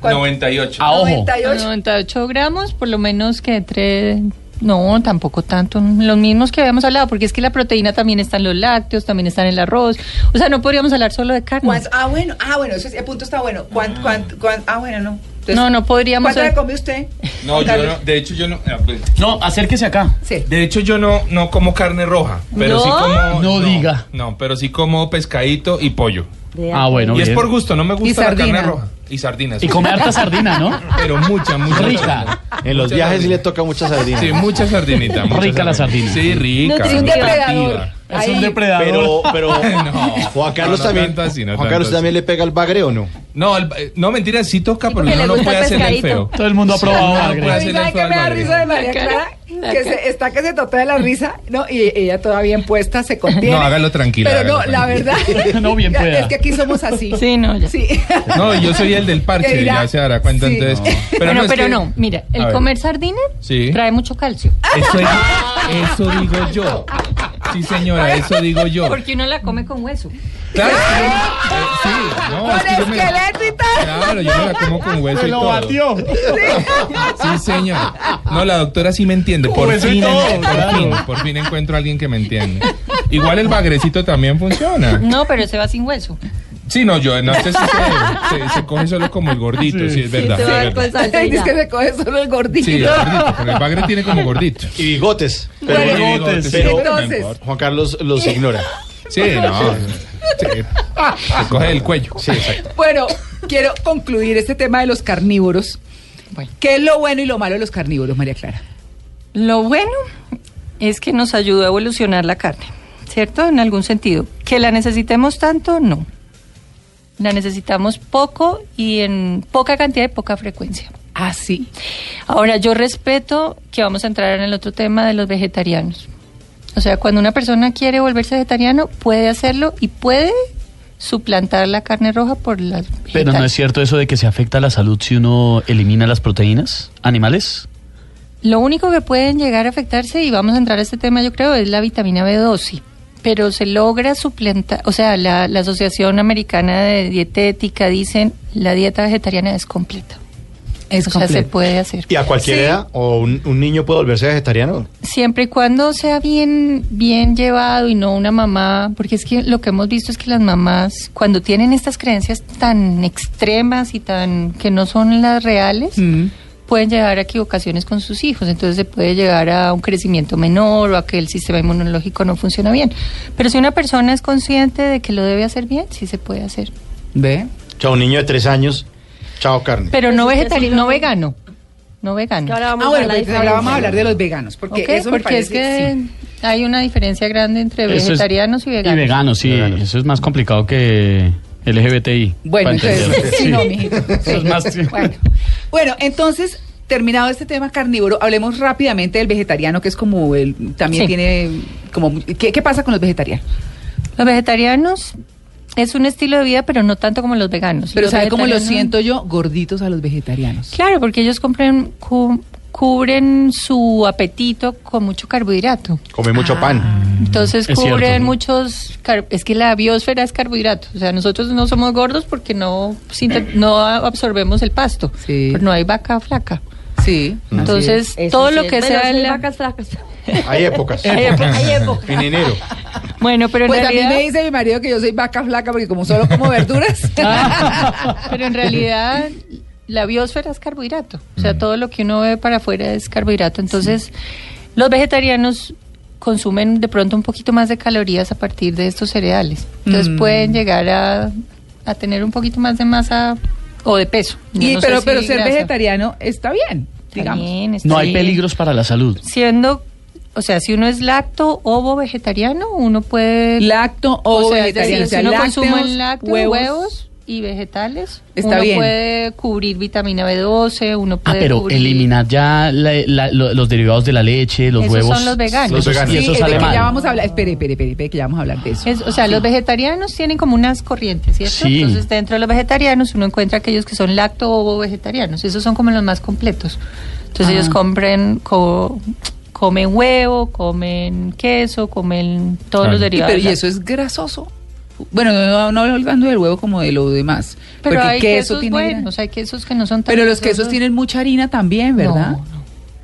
A: ¿Cuál?
F: 98.
C: Ah, ojo.
A: 98.
D: 98 gramos, por lo menos que entre... No, tampoco tanto. Los mismos que habíamos hablado, porque es que la proteína también está en los lácteos, también está en el arroz. O sea, no podríamos hablar solo de carne.
A: ¿Cuántos- Ah, bueno, ah, bueno, eso es, el punto está bueno. ¿Cuán, cuán- cuán- ah, bueno, no. Entonces,
D: No, no podríamos...
A: ¿Cuánto le come usted?
F: No,
A: Juan
F: yo
A: Carlos?
F: no, de hecho yo no. ah, pues,
C: No, acérquese acá.
A: Sí.
F: De hecho yo no, no como carne roja, pero sí
D: ¿No?
F: como.
C: No diga.
F: No, pero sí como pescadito y pollo.
C: Ah,
E: pues,
C: bueno,
F: y es
C: bien.
F: por gusto, no me gusta la
A: sardina.
F: carne roja. Y sardinas.
C: Y come harta sardina, ¿no?
F: Pero mucha, mucha.
C: Rica.
B: En los
F: Mucha
B: viajes sí
F: sardina.
B: le toca mucha sardina.
F: Sí, mucha sardinita. mucha
C: Rica la sardina.
F: Sí, rica.
E: Nutritiva.
A: Un depredador.
F: nutritiva.
C: Es un
A: Ahí.
C: depredador.
B: Pero, pero
F: No.
B: Juan Carlos
F: No, no
B: también,
F: tanto así, no
B: Juan
F: tanto
B: Carlos
F: así.
B: también le pega el bagre o no.
F: No, el- eh, no, mentira, sí toca,
E: Sí,
F: pero
E: porque le
F: uno no
E: gusta
F: puede
E: el
F: hacer el
E: pescadito.
F: feo.
C: Todo el mundo ha probado
F: no,
C: bagre.
F: puede
A: ¿Y
F: hacer-
A: sabe
F: Excelente,
A: qué me da
F: Álvaro.
A: risa de María Clara? Que se- está que se trota de la risa, ¿no? Y ella todavía bien puesta, se contiene.
F: No, hágalo tranquila,
A: Pero no,
F: hágalo
A: la
F: tranquila.
A: verdad.
C: No, bien
A: ya,
C: pueda.
A: Es que aquí somos así.
D: Sí, no, ya.
A: Sí.
F: No, yo soy el del
A: Que
F: parche,
A: dirá,
F: ya se dará cuenta
A: sí.
F: entonces.
D: Bueno,
F: es
D: pero
F: que-
D: no, mira,
F: A
D: el
F: ver.
D: comer sardina
F: Sí.
D: trae mucho calcio.
F: Eso, es- eso digo yo. Sí, señora, eso digo yo.
D: Porque uno la come con hueso.
F: Claro, sí, eh, sí, no,
A: Con
F: es que yo me-
A: ¡Ah! esqueleto y tal.
F: Claro, yo me la como con hueso
C: Se Pues
F: y
C: lo
F: todo.
C: batió.
F: Sí, señora. No, la doctora sí me entiende. Por
C: Hueso y
F: fin,
C: todo,
F: por,
C: claro.
F: fin, por fin encuentro a alguien que me entiende. Igual el bagrecito también funciona.
D: No, pero se va sin hueso.
F: Sí, no, yo no sé si se, se- se coge solo como el gordito, sí, es verdad.
D: se
F: sí, es
D: va
F: verdad.
D: con salsa y
A: Dice
D: ya.
A: que se coge solo el gordito.
F: Sí, el gordito, porque el bagre tiene como gordito.
B: Y bigotes. Pero
A: Bueno,
F: Tiene
C: bigotes,
F: pero no
A: entonces.
F: importa.
B: Juan Carlos los ignora.
F: Sí, no. Sí. Se coge del cuello.
B: Sí, exacto.
A: Bueno, quiero concluir este tema de los carnívoros.
D: Bueno.
A: ¿Qué es lo bueno y lo malo de los carnívoros, María Clara?
D: Lo bueno es que nos ayudó a evolucionar la carne, ¿cierto? En algún sentido. Que la necesitemos tanto, no. La necesitamos poco y en poca cantidad y poca frecuencia.
A: Ah, sí.
D: Ahora, yo respeto que vamos a entrar en el otro tema de los vegetarianos. O sea, cuando una persona quiere volverse vegetariano, puede hacerlo y puede suplantar la carne roja por la
C: Pero no es cierto eso de que se afecta a la salud si uno elimina las proteínas animales.
D: Lo único que pueden llegar a afectarse, y vamos a entrar a este tema yo creo, es la vitamina B12. Pero se logra suplantar, o sea, la, la Asociación Americana de Dietética dicen la dieta vegetariana es completa.
A: Es
D: o sea, se
A: completo.
D: puede hacer.
B: ¿Y a cualquier edad? ¿O un, un niño puede volverse vegetariano?
D: Siempre y cuando sea bien, bien llevado y no una mamá, porque es que lo que hemos visto es que las mamás, cuando tienen estas creencias tan extremas y tan que no son las reales,
A: Mm.
D: pueden llegar a equivocaciones con sus hijos, entonces se puede llegar a un crecimiento menor o a que el sistema inmunológico no funciona bien. Pero si una persona es consciente de que lo debe hacer bien, sí se puede hacer.
A: ¿Ve?
B: Chao, un niño de tres años. Chao, carne.
D: Pero no
E: Pues,
D: vegetariano,
E: eso
D: no
E: no-
D: vegano. No vegano.
E: Ahora vamos
A: ah,
E: a
A: bueno,
E: la
A: pues ahora vamos a
E: diferencia.
A: hablar de los veganos, porque
D: ¿ok?
A: eso me
D: Porque es
A: parece-
D: que
A: sí.
D: hay una diferencia grande entre
C: Eso es-
D: vegetarianos y veganos.
C: Y veganos, sí.
B: Veganos.
C: Eso es más complicado que LGBTI.
A: Bueno,
C: para
A: entonces,
C: entenderlo.
A: sí, no, mijito.
C: Eso es más-
A: Bueno, bueno, entonces, terminado este tema carnívoro, hablemos rápidamente del vegetariano, que es como el, también
D: Sí.
A: tiene, como, ¿qué, qué pasa con los vegetarianos?
D: Los vegetarianos es un estilo de vida, pero no tanto como los veganos.
A: Pero
D: Los
A: ¿sabe cómo lo
D: vegetarianos-
A: siento yo? Gorditos a los vegetarianos.
D: Claro, porque ellos compren, cu- cubren su apetito con mucho carbohidrato.
B: Come mucho pan.
D: Entonces
C: Es
D: cubren
C: cierto.
D: muchos, car- es que la biosfera es carbohidrato, o sea, nosotros no somos gordos porque no, sinte- no a- absorbemos el pasto,
A: Sí.
D: pero no hay vaca flaca.
A: Sí.
D: Entonces,
E: Eso
D: todo
E: sí
D: lo
E: es-
D: que
E: bueno,
D: sea...
E: sí hay
D: la-
E: vacas flacas.
B: Hay épocas.
D: Hay épocas.
B: En enero.
D: Bueno, pero en
A: Pues a
D: realidad...
A: mí me dice mi marido que yo soy vaca flaca porque como solo como verduras.
D: Pero en realidad la biosfera es carbohidrato. O
C: Mm.
D: sea, todo lo que uno ve para afuera es carbohidrato. Entonces, los vegetarianos consumen de pronto un poquito más de calorías a partir de estos cereales. Entonces
A: Mm.
D: pueden llegar a, a tener un poquito más de masa o de peso. Yo
A: y,
D: no sé
A: pero,
D: si
A: pero ser
D: grasa.
A: vegetariano está bien,
D: Está
A: digamos.
D: bien, está
C: No hay
D: bien.
C: peligros para la salud.
D: Siendo, o sea, si uno es lacto, ovo vegetariano, uno puede...
A: Lacto o,
D: O sea, es
A: vegetariano.
D: decir,
A: o sea,
D: si uno
A: lácteos,
D: consume lácteos,
A: huevos.
D: huevos, y vegetales,
A: Está
D: uno
A: bien.
D: puede cubrir vitamina B12, uno
C: Ah,
D: puede
C: pero
D: cubrir-
C: eliminar ya la- la- lo- los derivados de la leche, los
D: Esos
C: huevos.
D: son los veganos.
B: Los
C: Esos-
B: veganos.
C: Y
A: Sí,
C: eso
A: es de
C: sale
A: que
C: mal.
A: ya vamos a hablar. Espere, espere, espere, espere, que ya vamos a hablar de eso.
D: Es- o sea, los vegetarianos tienen como unas corrientes, ¿cierto?
C: Sí.
D: Entonces, dentro de los vegetarianos uno encuentra aquellos que son lacto ovo vegetarianos, esos son como los más completos. Entonces, ellos compren co- comen huevo, comen queso, comen todos los
F: Claro.
A: Y,
D: derivados.
A: pero, y eso es grasoso. Bueno, no, no hablando del huevo como de lo demás.
D: Pero
A: porque
D: hay
A: queso
D: quesos
A: tiene gra-
D: buenos, hay quesos que no son tan
A: Pero los
D: grasosos.
A: quesos tienen mucha harina también, ¿verdad?
D: No,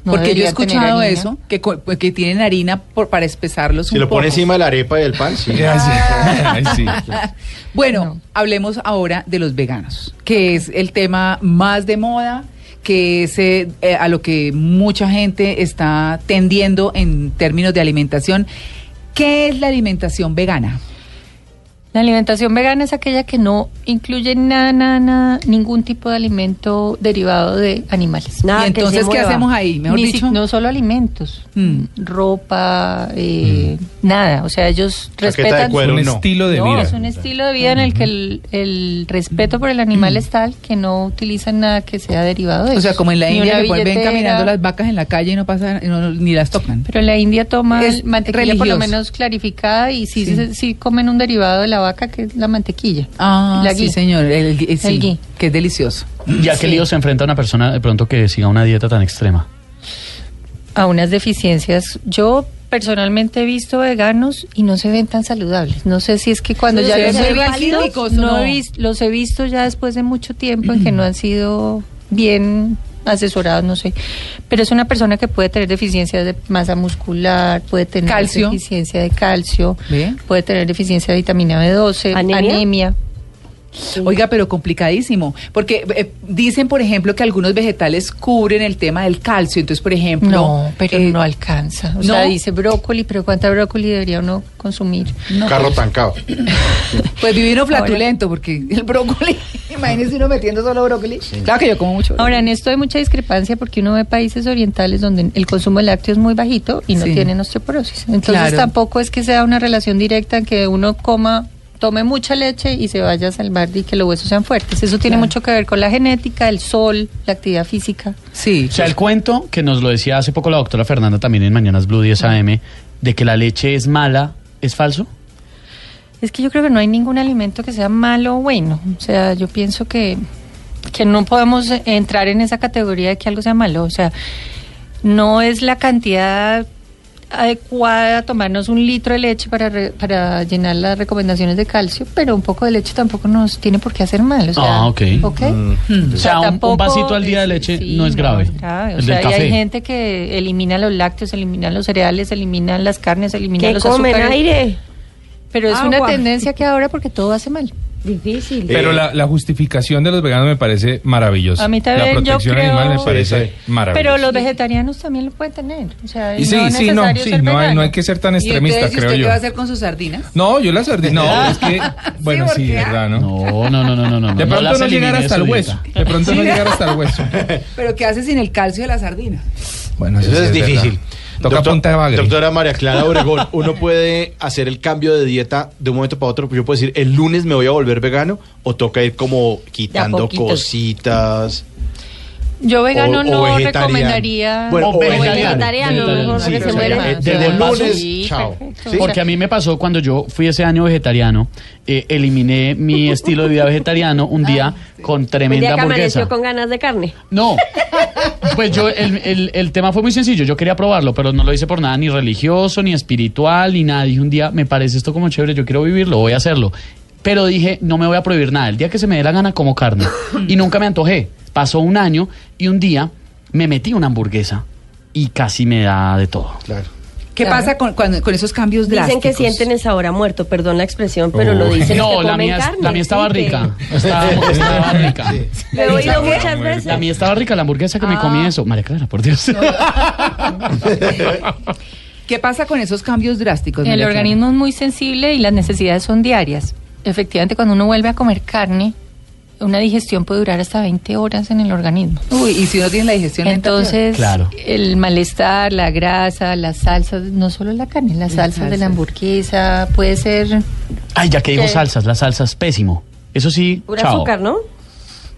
D: no
A: Porque yo he
D: deberían tener
A: escuchado
D: harina.
A: eso, que, co- que tienen harina por, para espesarlos
B: Si
A: un
B: lo
A: poco.
B: pone encima de la arepa y del pan, sí. Ah.
F: Ay, sí.
A: Bueno,
D: No.
A: hablemos ahora de los veganos, que es el tema más de moda, que es eh, eh, a lo que mucha gente está tendiendo en términos de alimentación. ¿Qué es la alimentación vegana?
D: La alimentación vegana es aquella que no incluye nada, nada, nada, ningún tipo de alimento derivado de animales.
E: Nada
A: y
E: que se
A: entonces, ¿qué
E: mueva.
A: hacemos ahí? Mejor
D: Ni si-
A: dicho,
D: no solo alimentos,
A: Mm.
D: ropa, eh, nada. O sea, ellos
B: Chaqueta de
D: respetan.
B: cuero,
F: un
B: no.
F: estilo de
D: no,
F: vida.
D: es un estilo de vida en el que el, el respeto por el animal es tal que no utilizan nada que sea derivado de
A: Mm. o sea,
D: eso.
A: como en la
D: Ni
A: India
D: una
A: que pon- ven
D: billetera.
A: caminando las vacas en la calle y no pasan, no- ni las tocan.
D: Pero la India toma
A: Es
D: mantequilla por
A: religioso.
D: lo menos clarificada y sí,
A: Sí.
D: se- sí comen un derivado de la vaca que es la mantequilla.
A: Ah,
D: La
A: sí,
D: ghee.
A: señor, el, gui- eh, sí,
D: El gui.
A: que es delicioso.
C: ¿Y a qué lío se enfrenta una persona de pronto que siga una dieta tan extrema?
D: a unas deficiencias. Yo personalmente he visto veganos y no se ven tan saludables. No sé si es que cuando
A: Sí,
D: ya
A: se
D: los
A: ven
D: he
A: muy
D: visto,
A: raquíticos,
D: no
A: ¿no?
D: he vis- los he visto ya después de mucho tiempo en que no han sido bien asesorados, no sé. Pero es una persona que puede tener deficiencias de masa muscular, puede tener
A: Calcio.
D: deficiencia de calcio,
A: Ve.
D: puede tener deficiencia de vitamina B12,
E: ¿Anemia?
D: anemia.
A: Oiga, pero complicadísimo, porque eh, dicen, por ejemplo, que algunos vegetales cubren el tema del calcio, entonces, por ejemplo...
D: No, pero
A: eh,
D: no alcanza. O
A: ¿no?
D: sea, dice brócoli, pero ¿cuánta brócoli debería uno consumir?
B: Carro tancado.
A: Pues vivir uno flatulento, porque el brócoli, imagínese uno metiendo solo brócoli. Claro que yo como mucho.
D: Ahora, en esto hay mucha discrepancia porque uno ve países orientales donde el consumo de lácteos es muy bajito y no
A: Sí.
D: tienen osteoporosis. Entonces
A: Claro.
D: tampoco es que sea una relación directa en que uno coma, tome mucha leche y se vaya a salvar de que los huesos sean fuertes. Eso tiene
A: Claro.
D: mucho que ver con la genética, el sol, la actividad física.
A: Sí.
C: O sea, el cuento que nos lo decía hace poco la doctora Fernanda también en Mañanas Blue 10 AM, de que la leche es mala, ¿es falso?
D: Es que yo creo que no hay ningún alimento que sea malo o bueno. O sea, yo pienso que, que no podemos entrar en esa categoría de que algo sea malo. O sea, no es la cantidad adecuada tomarnos un litro de leche para, re- para llenar las recomendaciones de calcio, pero un poco de leche tampoco nos tiene por qué hacer mal. O sea,
C: Ah, ok.
D: ¿ok?
C: O sea, un- un
D: tampoco-
C: vasito al día de leche no es grave.
D: O
C: El
D: sea,
C: del
D: y
C: café.
D: hay gente que elimina los lácteos, elimina los cereales, elimina las carnes, elimina
E: ¿Qué
D: los
E: comen
D: azúcares.
E: aire?
D: Pero es una
E: Agua.
D: tendencia que ahora porque todo hace mal.
E: Difícil. Pues
B: Eh.
F: Pero la, la justificación de los veganos me parece maravillosa.
D: A mí también
F: La
D: yo
F: protección
D: creo-
F: animal me
D: Sí,
F: parece
B: sí.
F: maravillosa.
D: Pero los vegetarianos también lo pueden tener. O sea,
F: Y sí,
D: no es
F: sí, no,
D: necesario
F: sí,
D: ser
F: no hay,
D: vegano.
F: no hay que ser tan
A: ¿Y
F: extremista,
A: entonces, ¿y
F: creo
A: usted
F: yo.
A: qué va a hacer con sus sardinas?
F: No, yo las sardina. No, es que. Bueno,
A: ¿por
F: sí,
A: qué?
F: verdad, ¿no?
C: No, no, no, no, no. no
F: De
C: no
F: pronto
C: las
F: no llegar
C: elimine de
F: hasta
C: su
F: el
C: dieta.
F: hueso. De pronto no llegar hasta el hueso.
A: ¿Pero qué hace sin el calcio de la sardina?
F: Bueno,
B: Eso
F: sí
B: es
F: verdad.
B: difícil.
F: Toca
B: Doctor-
F: punta de bagre.
B: Doctora María Clara Obregón, uno puede hacer el cambio de dieta de un momento para otro. Yo puedo decir, el lunes me voy a volver vegano o toca ir como quitando
E: poquitos.
B: cositas.
D: Yo vegano
B: o- o
D: no
B: vegetariano.
D: recomendaría.
B: Bueno, o
D: o
B: vegetariano.
E: Vegetariano, mejor
B: Sí,
E: que se
B: o sea,
E: muera.
B: eh, desde el
C: Paso.
B: lunes,
D: Sí,
B: chao.
D: perfecto.
B: ¿Sí?
C: Porque a mí me pasó cuando yo fui ese año vegetariano, eh, eliminé mi estilo de vida vegetariano un
E: Ah,
C: día con
E: Un
C: tremenda
E: día Pues que
C: hamburguesa.
E: amaneció con ganas de carne.
C: No, pues yo, el, el- el tema fue muy sencillo, yo quería probarlo, pero no lo hice por nada, ni religioso, ni espiritual, ni nada. Dije un día, me parece esto como chévere, yo quiero vivirlo, voy a hacerlo. Pero dije, no me voy a prohibir nada, el día que se me dé la gana como carne. Y nunca me antojé. Pasó un año y un día me metí una hamburguesa y casi me da de todo.
B: Claro.
A: ¿Qué
D: Claro.
A: pasa con, cuando- con esos cambios
E: Dicen que
A: drásticos?
E: sienten el sabor a muerto, perdón la expresión, pero lo dicen los
C: No,
E: que
C: la
E: comen
C: mía, es-
E: carne.
C: la mía estaba
E: sí, que-
C: rica. Estaba, estaba rica.
E: Lo he oído muchas veces.
C: La mía estaba rica, la hamburguesa que me
E: Ah.
C: comí eso. María Clara, por Dios.
A: ¿Qué pasa con esos cambios drásticos?
D: El
A: María Clara?
D: organismo es muy sensible y las necesidades son diarias. Efectivamente, cuando uno vuelve a comer carne, una digestión puede durar hasta 20 horas en el organismo.
A: Uy, y si no tienes la digestión lenta,
D: Entonces,
C: Claro.
D: el malestar, la grasa, las salsas, no solo la carne,
A: Las
D: las salsas, de
A: salsas.
D: la hamburguesa, puede ser,
C: Ay, ya que dijo
D: ¿Qué?
C: salsas, las salsas, pésimo. Eso sí,
E: Pura
C: chao.
E: azúcar, ¿no?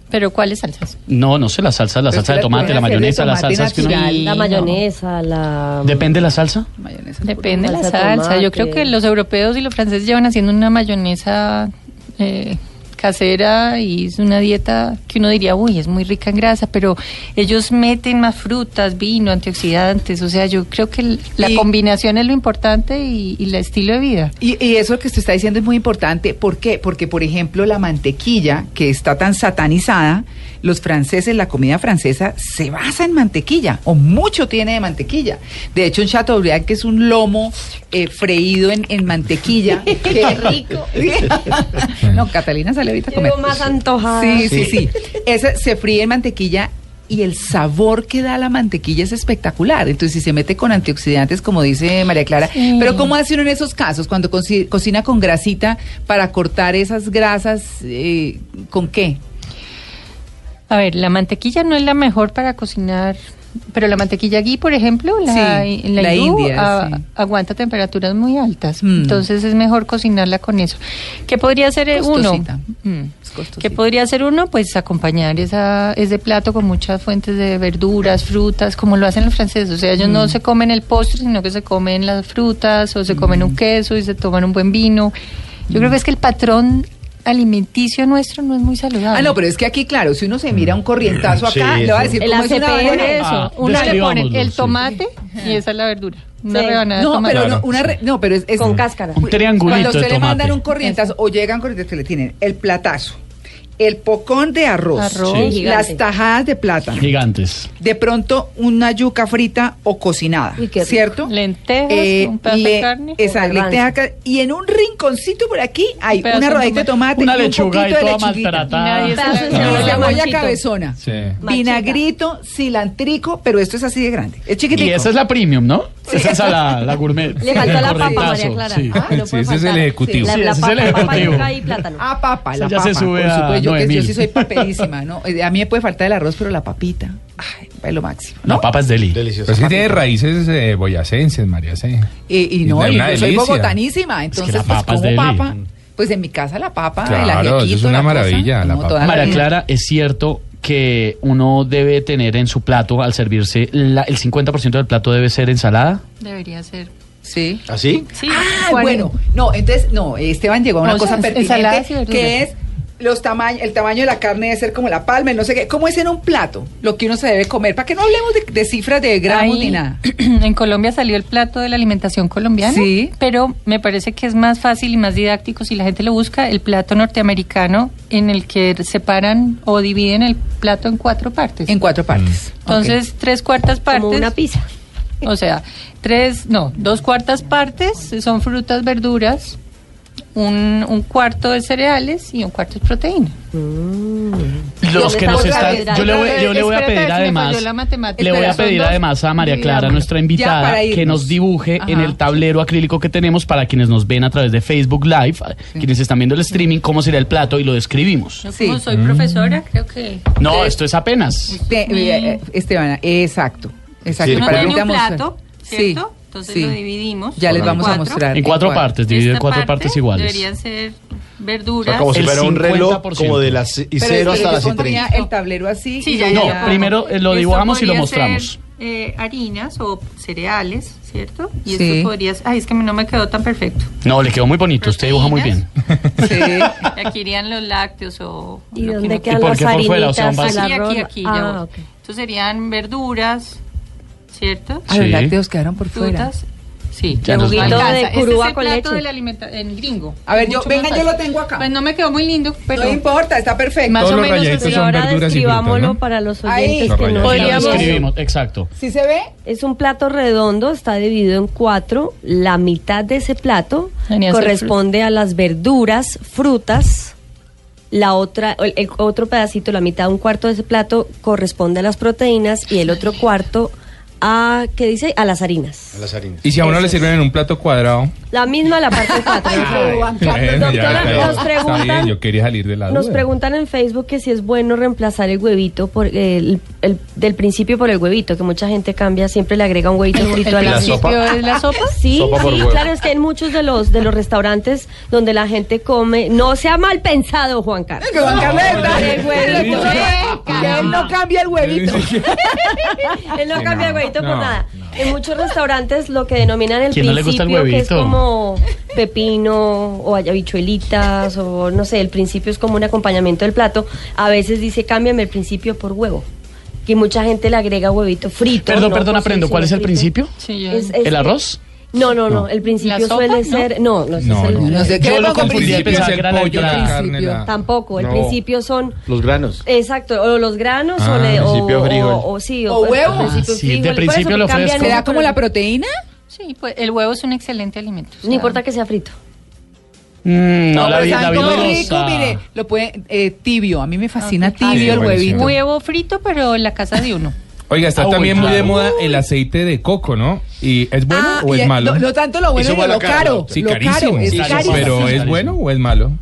D: pero ¿cuáles salsas?
C: No, no sé, las salsas, la
A: Pero
C: salsa
A: es que
C: de
A: la
C: tomate,
A: pueden
C: la
A: hacer de
C: mayonesa, las
A: tomate
C: salsas que uno...
A: natural. Sí,
E: La
A: no.
E: mayonesa, la...
C: ¿Depende la salsa?
A: peor. Mayonesa.
D: Depende de la
E: Salsa de
D: salsa. Yo creo
E: tomate.
D: que los europeos y los franceses llevan haciendo una mayonesa eh, casera y es una dieta que uno diría, uy, es muy rica en grasa, pero ellos meten más frutas, vino, antioxidantes. O sea, yo creo que el- la
A: Y-
D: combinación es lo importante y, y el estilo de vida.
A: Y, y eso que usted está diciendo es muy importante. ¿Por qué? Porque, por ejemplo, la mantequilla, que está tan satanizada, los franceses, la comida francesa se basa en mantequilla, o mucho tiene de mantequilla. De hecho, un chateaubriand, que es un lomo eh, freído en, en mantequilla. ¡Qué rico! no, Catalina sale ahorita a comer.
E: Llego más antojada.
A: Sí, sí, sí. Esa se fríe en mantequilla y el sabor que da la mantequilla es espectacular. Entonces, si se mete con antioxidantes, como dice María Clara.
D: Sí.
A: Pero, ¿cómo hace uno en esos casos? Cuando conci- cocina con grasita para cortar esas grasas, eh, ¿con qué?
D: A ver, la mantequilla no es la mejor para cocinar, pero la mantequilla ghee, por ejemplo, la,
A: Sí,
D: la
A: la
D: hindú,
A: india,
D: a-
A: sí.
D: aguanta temperaturas muy altas.
A: Mm.
D: Entonces es mejor cocinarla con eso. ¿Qué podría hacer eh,
A: Costosita.
D: uno? Mm.
A: Es costosita.
D: ¿Qué podría hacer uno? Pues acompañar esa, ese plato con muchas fuentes de verduras, frutas, como lo hacen los franceses. O sea, ellos
A: Mm.
D: no se comen el postre, sino que se comen las frutas o se comen
A: Mm.
D: un queso y se toman un buen vino. Yo creo que es que el patrón alimenticio nuestro no es muy saludable.
A: Ah, no, pero es que aquí, claro, si uno se mira un corrientazo acá,
B: Sí,
A: le va a
B: sí.
A: decir,
E: El
A: ¿cómo es una
E: ACPR.
A: banana?
D: Eso,
C: Ah,
D: una le ponen
C: describámoslo,
D: el
C: sí.
D: tomate y esa es la verdura. Una
E: Sí.
D: rebanada de
A: No,
D: tomate.
A: pero no, una re- no, pero es, es-
E: Con cáscara.
C: Un triangulito
A: Cuando usted
C: de
A: le
C: tomate.
A: mandan un corrientazo o llegan corrientes que le tienen el platazo, el pocón de arroz,
D: Arroz.
C: Sí.
E: Gigante.
A: las tajadas de plátano.
C: Gigantes.
A: De pronto una yuca frita o cocinada,
E: Uy, qué rico.
A: ¿cierto? Eh,
D: Lentejas, un pedazo de carne.
A: Exacto,
E: O garbanzo.
A: lentejas, car- y en un rinconcito por aquí hay
D: Un pedazo
A: una
D: de
A: rodadita de tomate,
C: Una
A: y un
C: lechuga y
A: poquito de
C: toda
A: lechuguita.
C: maltratada.
D: Y nadie
E: Pedazo de
D: Claro.
A: Una
E: cebolla
A: cebolla
E: manchito.
A: cabezona,
F: Sí.
A: vinagrito, cilantrico, pero esto es así de grande, es chiquitico.
C: Y esa es la premium, ¿no? Esa es la, la gourmet.
E: Le faltó la papa,
C: Corrientazo,
E: María Clara.
C: sí.
E: Ah, no
F: Sí,
E: puede
F: ese es el
E: faltar.
F: ejecutivo.
E: La,
C: Sí,
E: la
C: ese es
E: papa,
C: el
E: papa,
C: ejecutivo.
E: yuca y plátano.
A: Ah, papa, la
C: Esa ya
A: papa.
C: se sube
A: por
C: a
A: supuesto, yo, que
C: 9000.
A: yo sí soy paperísima, ¿no? Eh, A mí me puede faltar el arroz, pero la papita, ay, es lo máximo. ¿no?
C: La papa es deli.
B: Delicioso.
F: Pero sí Pues tiene raíces eh, boyacenses, María C.
A: Y, y no,
F: Es
A: y yo
F: una
A: soy
F: delicia.
A: bogotanísima, entonces
C: la
A: pues
C: papa es
A: como
C: deli.
A: papa, pues en mi casa la papa, el
F: Claro, eso es
A: ajiaquito,
F: una
A: la cosa,
F: maravilla, la
A: no,
F: papa.
A: toda
C: María
A: vida.
C: Clara, es cierto que uno debe tener en su plato, al servirse, la- el 50% del plato debe ser ensalada.
D: Debería ser.
A: Sí.
B: ¿Así?
D: Sí,
A: Ah,
D: Juan-
A: bueno, no, entonces, no, Esteban llegó a una
D: No,
A: cosa
D: es- ensaladas
A: pertinente,
D: y verduras.
A: que es los tamaños, el tamaño de la carne debe ser como la palma, el no sé qué, ¿cómo es en un plato? Lo que uno se debe comer, para que no hablemos de, de cifras de gramos
D: Ahí,
A: ni nada.
D: En Colombia salió el plato de la alimentación colombiana,
A: Sí.
D: pero me parece que es más fácil y más didáctico si la gente lo busca, el plato norteamericano en el que separan o dividen el plato en cuatro partes.
A: En cuatro
F: Mm.
A: partes.
D: Entonces, tres cuartas partes.
E: Como una pizza.
D: O sea, tres, no, dos cuartas partes son frutas, verduras, un, un cuarto de cereales y un cuarto de proteína.
C: Los
E: ¿Dónde
C: que nos
E: está otra
C: están.
E: vez?
C: Yo le voy, yo le voy a
D: Espérate,
C: pedir
D: a ver si me
C: además.
D: falló la matemática.
C: Le voy a
D: Son
C: pedir
D: dos.
C: además a María Clara,
A: Digamos.
C: nuestra
A: Ya,
C: invitada,
A: para
C: que
A: irnos.
C: nos dibuje
A: Ajá.
C: en el tablero acrílico que tenemos para quienes nos ven a través de Facebook Live, quienes están viendo el streaming, cómo será el plato y lo describimos.
D: Yo
A: Sí. Mm.
D: como soy profesora, creo que...
C: No, esto es apenas.
A: Ok. Te- eh, eh, Esteban, exacto. Exacto.
B: Sí,
D: Uno
B: para
D: Mm. tiene
A: ahorita
D: un
A: mostrar.
D: plato,
A: eh, Sí,
D: ¿cierto? Entonces
A: sí.
D: lo dividimos.
A: Ya les
D: en
A: vamos a mostrar.
C: En cuatro partes, dividido en
D: Esta
C: cuatro
D: parte
C: partes iguales.
D: Deberían ser
B: O sea,
D: verduras.
B: como si
C: El
B: fuera un reloj,
C: 50%.
B: como de las y
A: Pero
B: cero
A: es que
B: hasta
A: yo
B: las y
A: pondría
B: treinta.
A: el tablero así. y
D: Sí, ya,
A: yo
D: ya,
C: No,
D: ya.
C: primero, eh, lo
D: Esto
C: dibujamos y lo
D: podría
C: mostramos.
D: ser, eh, harinas o cereales, ¿cierto? Y
A: Sí.
D: esto podría ser- Ay, es que no me quedó tan perfecto.
C: No, le quedó muy bonito, usted dibuja muy bien.
A: Sí.
D: Aquí irían los lácteos o...
E: ¿Y
D: lo que
E: dónde
D: uno-
E: quedan
C: por
E: las
C: qué por fuera? O
E: harinitas?
C: sea, un
D: Aquí,
E: el
D: aquí,
E: arroz?
D: aquí, ya
E: Ah,
D: voy.
E: ok.
D: Entonces serían verduras, ¿cierto?
A: A los
C: Sí.
E: Ah,
A: lácteos quedaron por fuera.
D: Frutas Sí,
C: Ya nos
D: juguito
C: vamos.
E: Alcanza. Este es el con
D: plato
E: leche.
D: del alimenta- en gringo.
A: A ver, yo-
D: Mucho
A: venga,
D: más
A: yo lo
D: fácil.
A: tengo acá.
D: Pues no me quedó muy lindo, pero
A: no importa, está perfecto.
D: más
F: Todos
D: o
F: los
D: menos
F: rayaditos
D: así.
E: Y
F: son
E: Pues ahora
F: verduras y frutas,
E: describámoslo
F: ¿no?
E: para los
A: Ahí.
E: oyentes
F: Los
E: que no
C: Ya lo
F: rayaditos.
D: Podríamos-
E: saben.
C: escribimos, exacto.
A: ¿Sí se ve?
E: Es un plato redondo, está dividido en cuatro. La mitad de ese plato
D: Venía a ser
E: corresponde a las verduras, frutas. La otra, el, el otro pedacito, la mitad, un cuarto de ese plato corresponde a las proteínas y el otro cuarto a, ¿qué dice? A las harinas.
B: A las harinas.
F: Y si a uno le sirven en un plato cuadrado.
E: La misma, la parte de cuatro.
F: Bueno, ya,
E: Doctora,
F: pero
E: nos preguntan-
F: está bien, yo quería salir de la
B: Ah,
F: duda.
E: Nos preguntan en Facebook que si es bueno reemplazar el huevito por el, el- del principio por el huevito, que mucha gente cambia, siempre le agrega un huevito frito a
D: El
E: la
B: sopa.
D: principio es la sopa.
E: Sí,
B: Sopa por
E: sí,
B: huevo.
E: claro, es que en muchos de los de los restaurantes donde la gente come, no sea mal pensado, Juan Carlos.
A: Que Juan Carleta.
E: el huevito.
A: Que él no cambia el huevito.
E: Él no
F: Sí,
E: cambia el
F: no,
E: huevito por
F: no,
E: nada. En muchos restaurantes lo que denominan el
C: ¿Quién no le gusta
E: principio,
C: el
E: que es
C: huevito?
E: como pepino o hay habichuelitas o no sé, el principio es como un acompañamiento del plato. A veces dice, cámbiame el principio por huevo. Que mucha gente le agrega huevito frito. no
C: Perdón, perdón,
E: cocido,
C: aprendo. ¿Cuál
E: sino
C: es el
E: frito.
C: principio?
D: Sí, ya.
E: Es- eh, es-
C: ¿El arroz?
E: No, no, no. El principio
D: ¿La sopa?
E: suele
D: No.
E: ser. No, no, ese
F: No,
E: es el-
F: no, no.
A: sé,
C: Yo
A: ¿qué
C: lo
A: pasa con
C: confundí.
F: principio
C: Pensaba
F: es
C: que
F: el
C: era la
F: pollo, la
C: grasa.
F: carne, la-
E: Tampoco. El
F: No.
E: principio son.
B: Los granos.
E: Exacto, o los granos
F: Ah,
E: o, le- o-
B: principio
E: o-
B: frijol.
E: o sí,
A: O huevo.
E: principio
C: Ah, sí, de
E: frijol, por
C: principio
E: eso
C: lo
E: cambian
C: fresco.
E: uno
A: ¿Será como
E: por
A: la
E: otro.
A: proteína?
D: Sí, pues el huevo es un excelente alimento.
E: No importa que sea frito.
C: Mm, no, la
A: pero
C: vi, la
A: saben
C: vi
A: cómo es pues, rico,
C: dolorosa.
A: mire, lo puede eh, tibio. A mí me fascina tibio
F: Sí,
A: el huevito.
F: buenísimo.
D: Huevo frito, pero en la casa de uno.
F: Oiga, está
C: Ah, uy,
F: también muy de
C: claro.
F: moda el aceite de coco, ¿no? ¿Y es bueno
A: Ah,
F: o
A: y
F: es
A: el-
F: malo?
A: No, no tanto lo bueno,
B: Eso
A: sino
B: vale
A: lo
B: caro,
A: caro.
B: doctor.
F: sí,
A: lo
F: carísimo.
A: caro, es
C: Sí,
A: carísimo.
F: Pero ¿es
C: Carísimo.
F: bueno o es malo?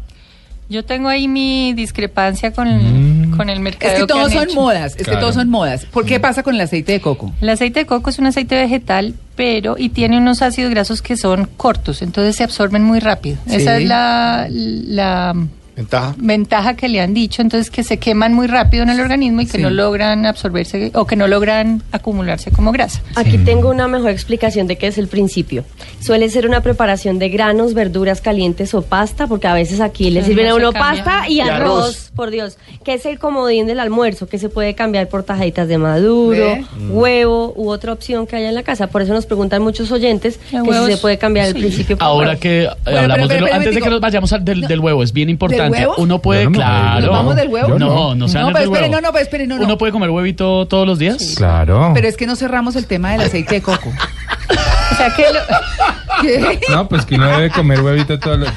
D: Yo tengo ahí mi discrepancia con, con el mercado.
A: Es que todos
D: han
A: son
D: hecho.
A: modas, es
F: Claro.
A: que todos son modas. ¿Por qué pasa con el aceite de coco?
D: El aceite de coco es un aceite vegetal, pero y tiene unos ácidos grasos que son cortos, entonces se absorben muy rápido.
A: Sí.
D: Esa es la, la
B: Ventaja.
D: ventaja que le han dicho, entonces que se queman muy rápido en el organismo y que
A: Sí.
D: no logran absorberse o que no logran acumularse como grasa.
E: Aquí tengo una mejor explicación de qué es el principio. Suele ser una preparación de granos, verduras calientes o pasta, porque a veces aquí le
D: No,
E: sirven
D: no
E: a
D: se
E: uno
D: cambia.
E: pasta y,
B: Y
E: arroz,
B: arroz.
E: por Dios, que es el comodín del almuerzo, que se puede cambiar por tajaditas de maduro,
A: Ve.
F: Mm.
E: huevo u otra opción que haya en la casa. Por eso nos preguntan muchos oyentes
D: Ya,
E: que si
D: huevos.
E: se puede cambiar el
D: Sí.
E: principio por
C: Ahora
E: huevo.
C: que eh,
A: pero,
C: hablamos
A: pero,
C: de lo,
A: pero,
C: antes de que
A: pero,
C: nos vayamos al del, del huevo, es bien importante.
A: huevo?
C: Uno puede,
F: Yo no me voy a ir.
C: claro.
F: ¿Nos
A: vamos del huevo?
C: Yo
F: No.
C: No, no, se
A: No,
C: van
A: pero
C: del
A: espere, no,
C: huevo.
A: no, pero espere, no, no.
C: Uno puede comer huevito todos los días.
F: Claro.
A: Pero es que no cerramos el tema del aceite de coco.
D: O sea que lo-
A: ¿Qué?
F: No, pues que uno debe comer huevito todos los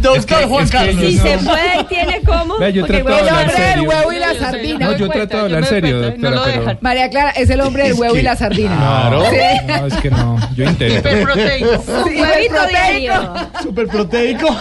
C: Doctor Juan
F: es que
C: Carlos.
F: yo
E: Si
F: no-
E: se puede y tiene cómo.
F: Vea, yo
A: Porque
F: trato
A: bueno,
F: de
A: el
F: hablar
A: hombre del
F: serio.
A: huevo y la
D: Yo soy-
A: sardina.
F: No, yo trato de hablar serio,
D: no
F: doctora,
D: lo
F: pero...
D: dejan.
A: María Clara, es el hombre del huevo y la sardina.
B: Claro.
A: Sí.
F: No, es que no, yo intento.
D: Hiperproteico.
A: Sí,
E: Huevito
A: hiperproteico.
E: diario.
B: Súper proteico.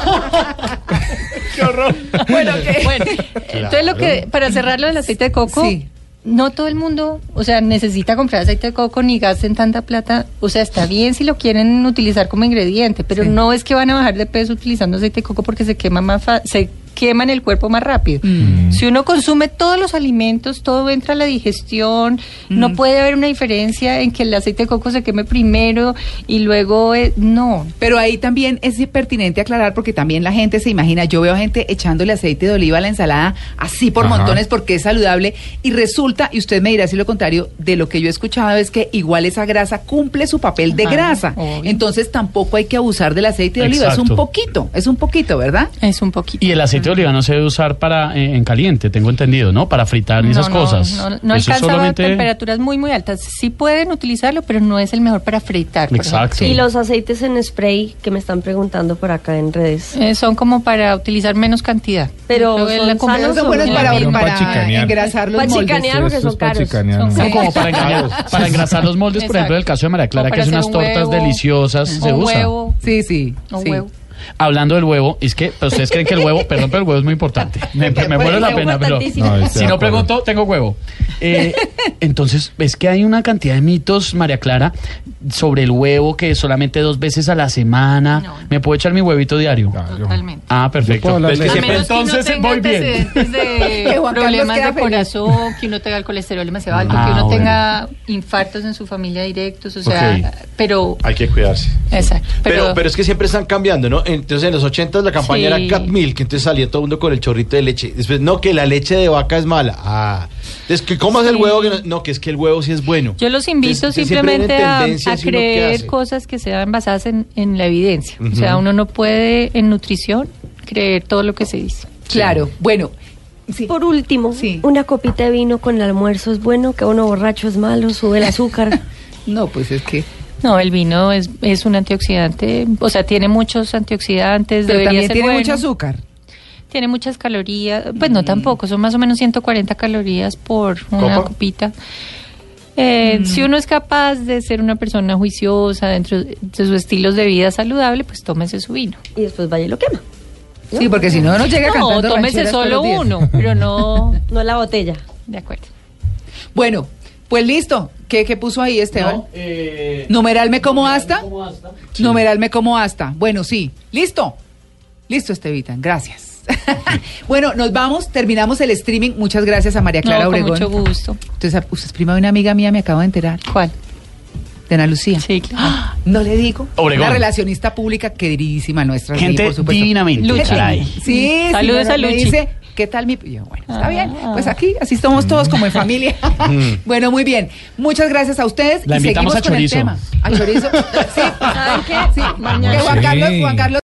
A: Bueno, que-
D: Bueno, entonces lo que, para cerrar lo del aceite de coco,
A: Sí.
D: no todo el mundo, o sea, necesita comprar aceite de coco ni gasten tanta plata. O sea, está bien si lo quieren utilizar como ingrediente, pero
A: Sí.
D: no es que van a bajar de peso utilizando aceite de coco porque se quema más fa- se quema en el cuerpo más rápido.
A: Mm.
D: Si uno consume todos los alimentos, todo entra a la digestión,
A: Mm.
D: no puede haber una diferencia en que el aceite de coco se queme primero y luego eh, no.
A: Pero ahí también es pertinente aclarar porque también la gente se imagina, yo veo gente echándole aceite de oliva a la ensalada así por
F: Ajá.
A: montones porque es saludable y resulta, y usted me dirá si lo contrario, de lo que yo he escuchado es que igual esa grasa cumple su papel de
D: Ajá,
A: grasa.
D: obvio.
A: Entonces tampoco hay que abusar del aceite de oliva, es un
C: Exacto.
A: poquito, es un poquito, ¿verdad?
D: Es un poquito.
C: Y el aceite de oliva no se debe usar para eh, en caliente, tengo entendido, ¿no? Para fritar y esas
D: no,
C: cosas.
D: No, no, no
C: Eso
D: alcanza
C: solamente-
D: temperaturas muy, muy altas. Sí pueden utilizarlo, pero no es el mejor para fritar. por
C: Exacto.
E: Y los aceites en spray que me están preguntando por acá en redes.
D: ejemplo. Eh, son como para utilizar menos cantidad.
E: Pero
D: Yo creo que
E: son
D: la comida
E: sanos,
A: son
E: son
A: buenos
D: en la
A: para,
D: vida.
F: Son pa'
A: para
F: chicanear.
A: engrasar los
E: Pa'
A: moldes.
E: chicanear. porque son caros.
F: pachicaneanos.
D: Son
C: Son como para
D: Claro.
C: engrasar, para engrasar los moldes, por ejemplo,
D: Exacto.
C: del caso de María Clara,
D: O
C: que
D: para
C: hace unas
D: hacer un
C: tortas
D: huevo,
C: deliciosas, se
D: Un
C: usa.
D: huevo.
A: Sí, sí.
D: Un
A: sí.
D: huevo.
C: Hablando del huevo, es que pero ustedes creen que el huevo, perdón, pero el huevo es muy importante. Me,
D: Pues
C: me muero la
E: Es
C: pena, pero
E: importantísimo.
F: No, es-
C: si
F: de acuerdo.
C: no pregunto, tengo huevo. Eh, entonces, es que hay una cantidad de mitos, María Clara, sobre el huevo que solamente dos veces a la semana
D: No.
C: me puedo echar mi huevito diario.
F: Claro.
D: Totalmente.
C: Ah,
F: puedo
C: perfecto.
F: hablar
C: Es
F: de-
C: que
F: A
C: siempre
D: menos que uno
C: entonces
D: tenga
C: voy bien.
D: antecedentes de
A: Que Juan Carlos
D: problemas
A: queda
D: de
A: feliz.
D: corazón, que uno tenga el colesterol demasiado alto,
C: Ah,
D: que uno
C: bueno.
D: tenga infartos en su familia directos, o sea,
C: Ok.
D: pero
B: Hay que cuidarse.
D: exacto,
B: Pero, pero es que siempre están cambiando, ¿no? En, entonces en los 80 la campaña
D: Sí.
B: era cat milk, entonces salía todo el mundo con el chorrito de leche. Después, no, que la leche de vaca es mala. Ah, es que comas el
D: Sí.
B: huevo, que no, no, que es que el huevo sí es bueno.
D: Yo los invito
B: Entonces, siempre ven
D: simplemente a, a
B: tendencias y uno, ¿qué
D: creer
B: hace?
D: cosas que sean basadas en, en la evidencia. O sea,
B: Ujú.
D: uno no puede en nutrición creer todo lo que se dice.
A: Claro, bueno. sí.
E: Por último,
A: Sí.
E: una copita de vino con el almuerzo es bueno, que uno borracho es malo, sube el azúcar.
A: No, pues es que.
D: No, el vino es, es un antioxidante, o sea, tiene muchos antioxidantes,
A: Pero
D: debería
A: también
D: ser
A: tiene
D: bueno.
A: mucho azúcar. Mm.
D: Tiene muchas calorías, pues no tampoco, son más o menos 140 calorías por una
B: ¿Copa?
D: copita.
A: Mm.
D: Eh, Si uno es capaz de ser una persona juiciosa dentro de sus estilos de vida saludable, pues tómese su vino.
E: y después vaya y lo quema.
A: Sí, porque si no, no llega
D: No,
A: cantando.
D: tómese
A: rancheras todos
D: solo
A: los días.
D: uno, pero no.
E: No la botella.
D: De acuerdo.
A: Bueno, pues listo. ¿Qué, qué puso ahí Esteban? eh, Numeralme como hasta. Numeralme como hasta. Bueno, sí. Listo. Listo, Estevitan. Gracias. bueno, nos vamos. Terminamos el streaming. Muchas gracias a María Clara
D: no, con
A: Obregón.
D: mucho gusto.
A: Entonces, usted es prima de una amiga mía, me acabo de enterar,
D: ¿Cuál?
A: de Ana Lucía.
D: Sí, claro.
A: ¡Ah! No le digo.
C: Obregón.
A: Una relacionista pública queridísima nuestra. sí,
C: Gente
A: por supuesto.
C: divinamente,
A: Gente
C: caray.
A: divina. Sí,
D: Saludos
A: sí, no, no,
D: a
A: me
D: Luchi.
A: Dice, ¿qué tal mi.? y yo, bueno, está
D: Ah.
A: bien. Pues aquí, así estamos todos como en familia. bueno, muy bien. Muchas gracias a ustedes.
C: Mm. La
A: y
C: invitamos
A: seguimos
C: a
A: con el
C: chorizo.
A: tema. A Chorizo. Sí.
E: ¿Saben qué?
A: Sí.
E: Mañana.
A: Que Juan Carlos,
F: Sí.
A: Juan Carlos.